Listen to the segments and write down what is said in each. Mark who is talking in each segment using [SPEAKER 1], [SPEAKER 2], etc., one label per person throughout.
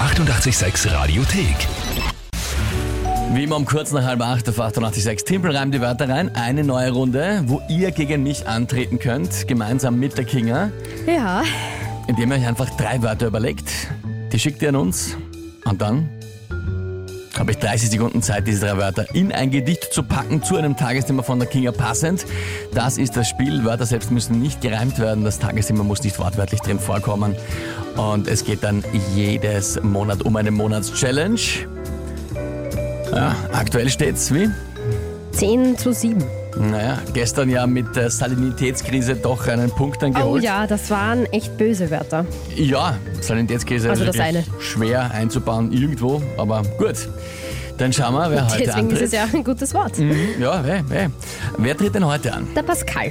[SPEAKER 1] 886 Radiothek.
[SPEAKER 2] Wie immer um kurz nach halb acht auf 886 Timpel reimt die Wörter rein. Eine neue Runde, wo ihr gegen mich antreten könnt, gemeinsam mit der Kinga,
[SPEAKER 3] Ja,
[SPEAKER 2] indem ihr euch einfach drei Wörter überlegt. Die schickt ihr an uns und dann habe ich 30 Sekunden Zeit, diese drei Wörter in ein Gedicht zu packen, zu einem Tagesthema von der Kinga passend. Das ist das Spiel. Wörter selbst müssen nicht gereimt werden. Das Tagesthema muss nicht wortwörtlich drin vorkommen. Und es geht dann jedes Monat um eine Monatschallenge. Ja, aktuell steht's wie?
[SPEAKER 3] 10 zu 7.
[SPEAKER 2] Naja, gestern ja mit der Salinitätskrise doch einen Punkt dann
[SPEAKER 3] Oh
[SPEAKER 2] geholt.
[SPEAKER 3] ja, das waren echt böse Wörter.
[SPEAKER 2] Ja, Salinitätskrise
[SPEAKER 3] Also das
[SPEAKER 2] wirklich schwer einzubauen irgendwo, aber gut. Dann schauen wir, wer heute Mhm.
[SPEAKER 3] Deswegen
[SPEAKER 2] antritt.
[SPEAKER 3] ist es ja ein gutes Wort.
[SPEAKER 2] Ja, hey, hey. Wer tritt denn heute an?
[SPEAKER 3] Der Pascal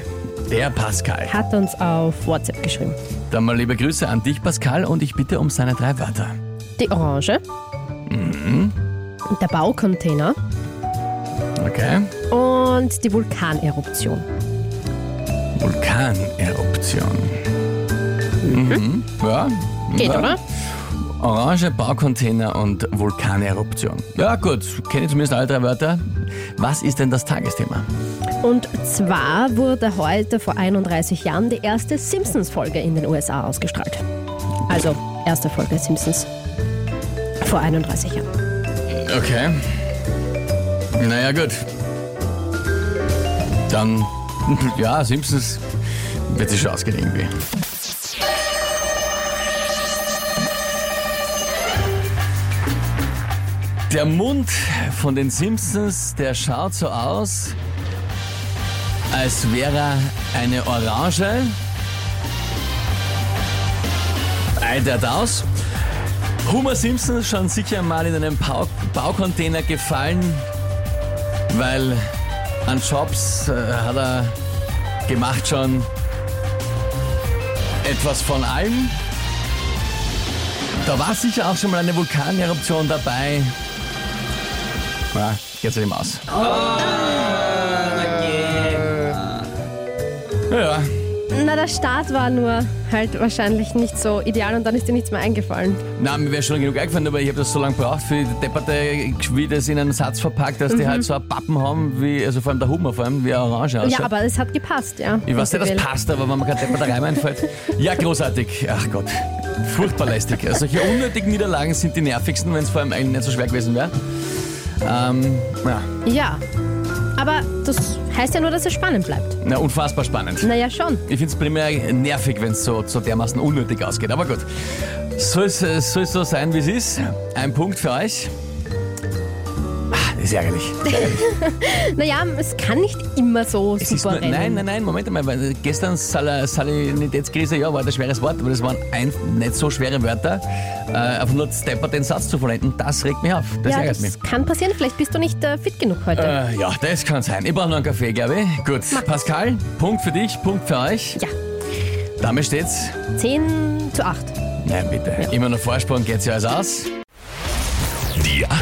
[SPEAKER 2] Der Pascal.
[SPEAKER 3] hat uns auf WhatsApp geschrieben.
[SPEAKER 2] Dann mal liebe Grüße an dich, Pascal, und ich bitte um seine drei Wörter.
[SPEAKER 3] Die Orange.
[SPEAKER 2] Mhm.
[SPEAKER 3] Der Baucontainer.
[SPEAKER 2] Okay.
[SPEAKER 3] Und die Vulkaneruption.
[SPEAKER 2] Vulkaneruption. Mhm. Ja.
[SPEAKER 3] Geht,
[SPEAKER 2] ja.
[SPEAKER 3] oder?
[SPEAKER 2] Orange, Baucontainer und Vulkaneruption. Ja gut, kenne ich zumindest alle drei Wörter. Was ist denn das Tagesthema?
[SPEAKER 3] Und zwar wurde heute vor 31 Jahren die erste Simpsons-Folge in den USA ausgestrahlt. Also, erste Folge Simpsons. Vor 31 Jahren.
[SPEAKER 2] Okay. Naja gut. Dann, ja, Simpsons wird sich schon ausgehen irgendwie. Der Mund von den Simpsons, der schaut so aus, als wäre er eine Orange. Eitert aus. Homer Simpson ist schon sicher mal in einem Bau Baucontainer gefallen, weil an Jobs äh, hat er gemacht schon etwas von allem. Da war sicher auch schon mal eine Vulkaneruption dabei. Na, geht's ihm aus. Ja,
[SPEAKER 3] Na, der Start war nur halt wahrscheinlich nicht so ideal und dann ist dir nichts mehr eingefallen.
[SPEAKER 2] Na, mir wäre schon genug eingefallen, aber ich habe das so lange gebraucht für die Depperte, wie das in einen Satz verpackt, dass die halt so einen Pappen haben, wie, also vor allem der Hummer, vor allem wie eine Orange ausschaut.
[SPEAKER 3] Mhm. Ja, aber es hat gepasst, ja.
[SPEAKER 2] Also- ich weiß nicht, das
[SPEAKER 3] Prinzipiell.
[SPEAKER 2] passt, aber wenn man kein Deppert rein einfällt. Ja, großartig. Ach Gott. Furchtbar lästig. Also solche unnötigen Niederlagen sind die nervigsten, wenn es vor allem eigentlich nicht so schwer gewesen wäre. Ähm, ja.
[SPEAKER 3] Ja. Aber das heißt ja nur, dass es spannend bleibt.
[SPEAKER 2] Na, unfassbar spannend.
[SPEAKER 3] Naja, schon.
[SPEAKER 2] Ich finde es primär nervig, wenn es so, so dermaßen unnötig ausgeht. Aber gut, soll es soll so sein, wie es ist. Ein Punkt für euch. Ah, das ist ärgerlich.
[SPEAKER 3] Naja, es kann nicht immer so
[SPEAKER 2] Es ist
[SPEAKER 3] super
[SPEAKER 2] nur,
[SPEAKER 3] rennen.
[SPEAKER 2] nein, nein, nein, Moment einmal. Weil äh, gestern Sal Salinitätskrise, ja, war ein schweres Wort, aber das waren ein, nicht so schwere Wörter. Äh, einfach nur Stepper den Satz zu vollenden, das regt mich auf. Das
[SPEAKER 3] ja,
[SPEAKER 2] ärgert
[SPEAKER 3] das
[SPEAKER 2] mich.
[SPEAKER 3] kann passieren. Vielleicht bist du nicht äh, fit genug heute.
[SPEAKER 2] Äh, ja, das kann sein. Ich brauche noch einen Kaffee, glaube ich. Gut, Pascal, Punkt für dich, Punkt für euch.
[SPEAKER 3] Ja,
[SPEAKER 2] Damit steht's.
[SPEAKER 3] 10 zu 8.
[SPEAKER 2] Nein, bitte. Immer noch Vorsprung, geht's ja alles aus.
[SPEAKER 1] Die